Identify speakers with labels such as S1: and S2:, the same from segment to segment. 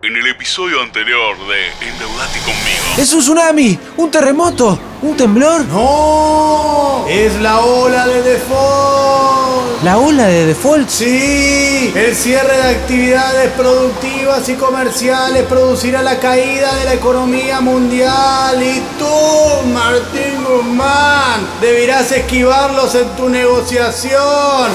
S1: en el episodio anterior de Endeudate conmigo.
S2: ¡Es un tsunami! ¡Un terremoto! ¿Un temblor?
S3: ¡No! ¡Es la ola de default!
S2: ¿La ola de default?
S3: Sí, el cierre de actividades productivas y comerciales producirá la caída de la economía mundial y tú, Martín Guzmán, deberás esquivarlos en tu negociación.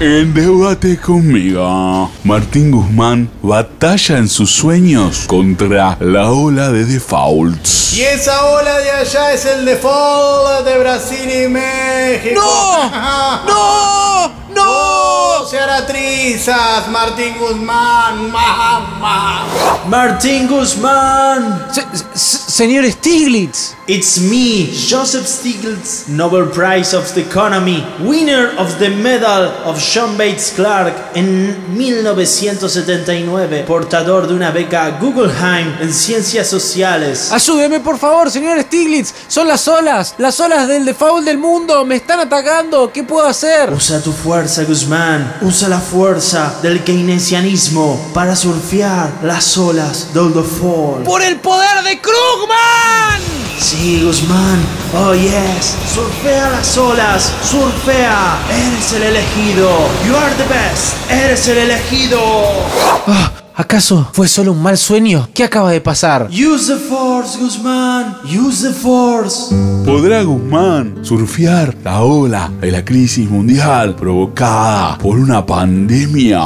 S4: Endeudate conmigo. Martín Guzmán batalla en sus sueños contra la ola de defaults.
S3: Y esa ola de allá es el default de Brasil y México.
S2: ¡No! ¡No! ¡No!
S3: ¡No se hará trizas, Martín Guzmán! ¡Mamá!
S5: Martin Guzman!
S2: Se- se- señor Stiglitz.
S5: It's me, Joseph Stiglitz, Nobel Prize of the Economy, winner of the Medal of John Bates Clark en 1979, portador de una beca Guggenheim en Ciencias Sociales.
S2: Ayúdeme, por favor, señor Stiglitz. Son las olas. Las olas del default del mundo. Me están atacando. ¿Qué puedo hacer?
S5: Usa tu fuerza, Guzmán. Usa la fuerza del keynesianismo para surfear las olas del default.
S2: ¡Por el poder de Krugman!
S5: Sí, Guzmán. Oh, yes. Surfea las olas. Surfea. Eres el elegido. You are the best. Eres el elegido.
S2: Ah, ¿Acaso fue solo un mal sueño? ¿Qué acaba de pasar?
S5: Use the force, Guzmán. Use the force.
S4: ¿Podrá Guzmán surfear la ola de la crisis mundial provocada por una pandemia?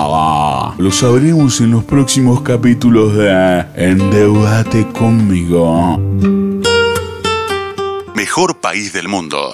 S4: Lo sabremos en los próximos capítulos de Endeudate conmigo.
S1: Mejor país del mundo.